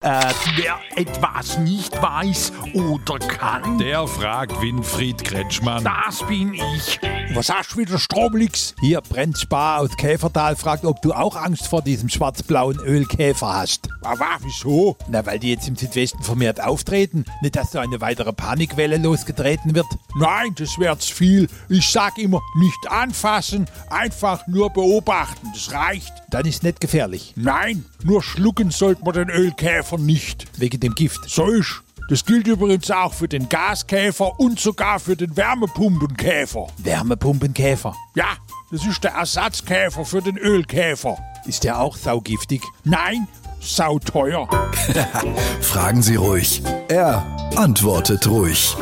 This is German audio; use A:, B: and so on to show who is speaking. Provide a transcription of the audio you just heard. A: Äh, wer etwas nicht weiß oder kann,
B: Der fragt Winfried Kretschmann.
A: das bin ich.
C: Was hast du wieder, Stromlix? Hier, Brent Spar aus Käfertal fragt, ob du auch Angst vor diesem schwarz-blauen Ölkäfer hast. Aber wieso? Na, weil die jetzt im Südwesten vermehrt auftreten. Nicht, dass so eine weitere Panikwelle losgetreten wird.
B: Nein,
C: Das wär's viel. Ich sag immer, nicht anfassen, einfach nur beobachten. Das reicht. Dann ist nicht gefährlich.
B: nein, nur schlucken sollte man den Ölkäfer nicht.
C: Wegen dem Gift.
B: So ist. Das gilt übrigens auch für den Gaskäfer und sogar für den Wärmepumpenkäfer.
C: Wärmepumpenkäfer.
B: Ja, das ist der Ersatzkäfer für den Ölkäfer.
C: Ist der auch saugiftig?
B: Nein, sauteuer.
D: Fragen Sie ruhig. Er antwortet ruhig.